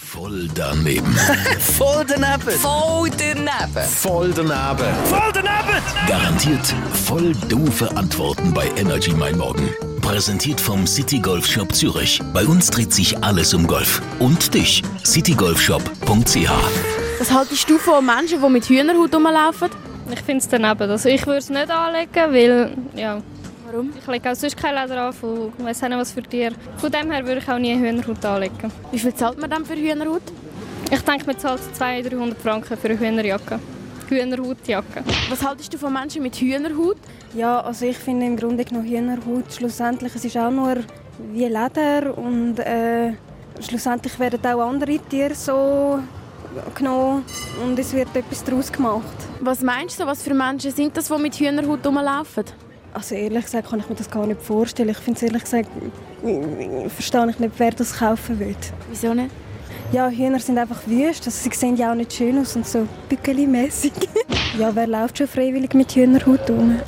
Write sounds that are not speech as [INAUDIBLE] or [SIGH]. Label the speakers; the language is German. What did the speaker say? Speaker 1: Voll daneben.
Speaker 2: Voll daneben.
Speaker 3: Voll daneben.
Speaker 1: Voll daneben.
Speaker 2: Voll daneben.
Speaker 1: Garantiert voll doofe Antworten bei Energy Mein Morgen. Präsentiert vom City Golf Shop Zürich. Bei uns dreht sich alles um Golf. Und dich, citygolfshop.ch.
Speaker 4: Was haltest du von Menschen, die mit Hühnerhaut rumlaufen?
Speaker 5: Ich finde es daneben. Also ich würde es nicht anlegen, weil ja,
Speaker 4: Warum?
Speaker 5: ich lege auch sonst keine Leder auf und ich weiss auch nicht, was für Tiere. Von dem her würde ich auch nie Hühnerhaut anlegen.
Speaker 4: Wie viel zahlt man dann für Hühnerhaut?
Speaker 5: Ich denke, man zahlt 200, 300 Franken für eine Hühnerjacke. Hühnerhautjacke.
Speaker 4: Was haltest du von Menschen mit Hühnerhaut?
Speaker 6: Ja, also ich finde im Grunde genommen Hühnerhaut schlussendlich, es ist auch nur wie Leder und äh, schlussendlich werden auch andere Tiere so genommen und es wird etwas daraus gemacht.
Speaker 4: Was meinst du, was für Menschen sind das, die mit Hühnerhaut rumlaufen?
Speaker 6: Also ehrlich gesagt kann ich mir das gar nicht vorstellen. Ich finde es ehrlich gesagt, äh, verstehe ich nicht, wer das kaufen will.
Speaker 4: Wieso nicht?
Speaker 6: Ja, Hühner sind einfach wüst, also sie [LAUGHS] sehen ja auch nicht schön aus und so bückeli-mässig. ja, wer läuft schon freiwillig mit Hühnerhaut um?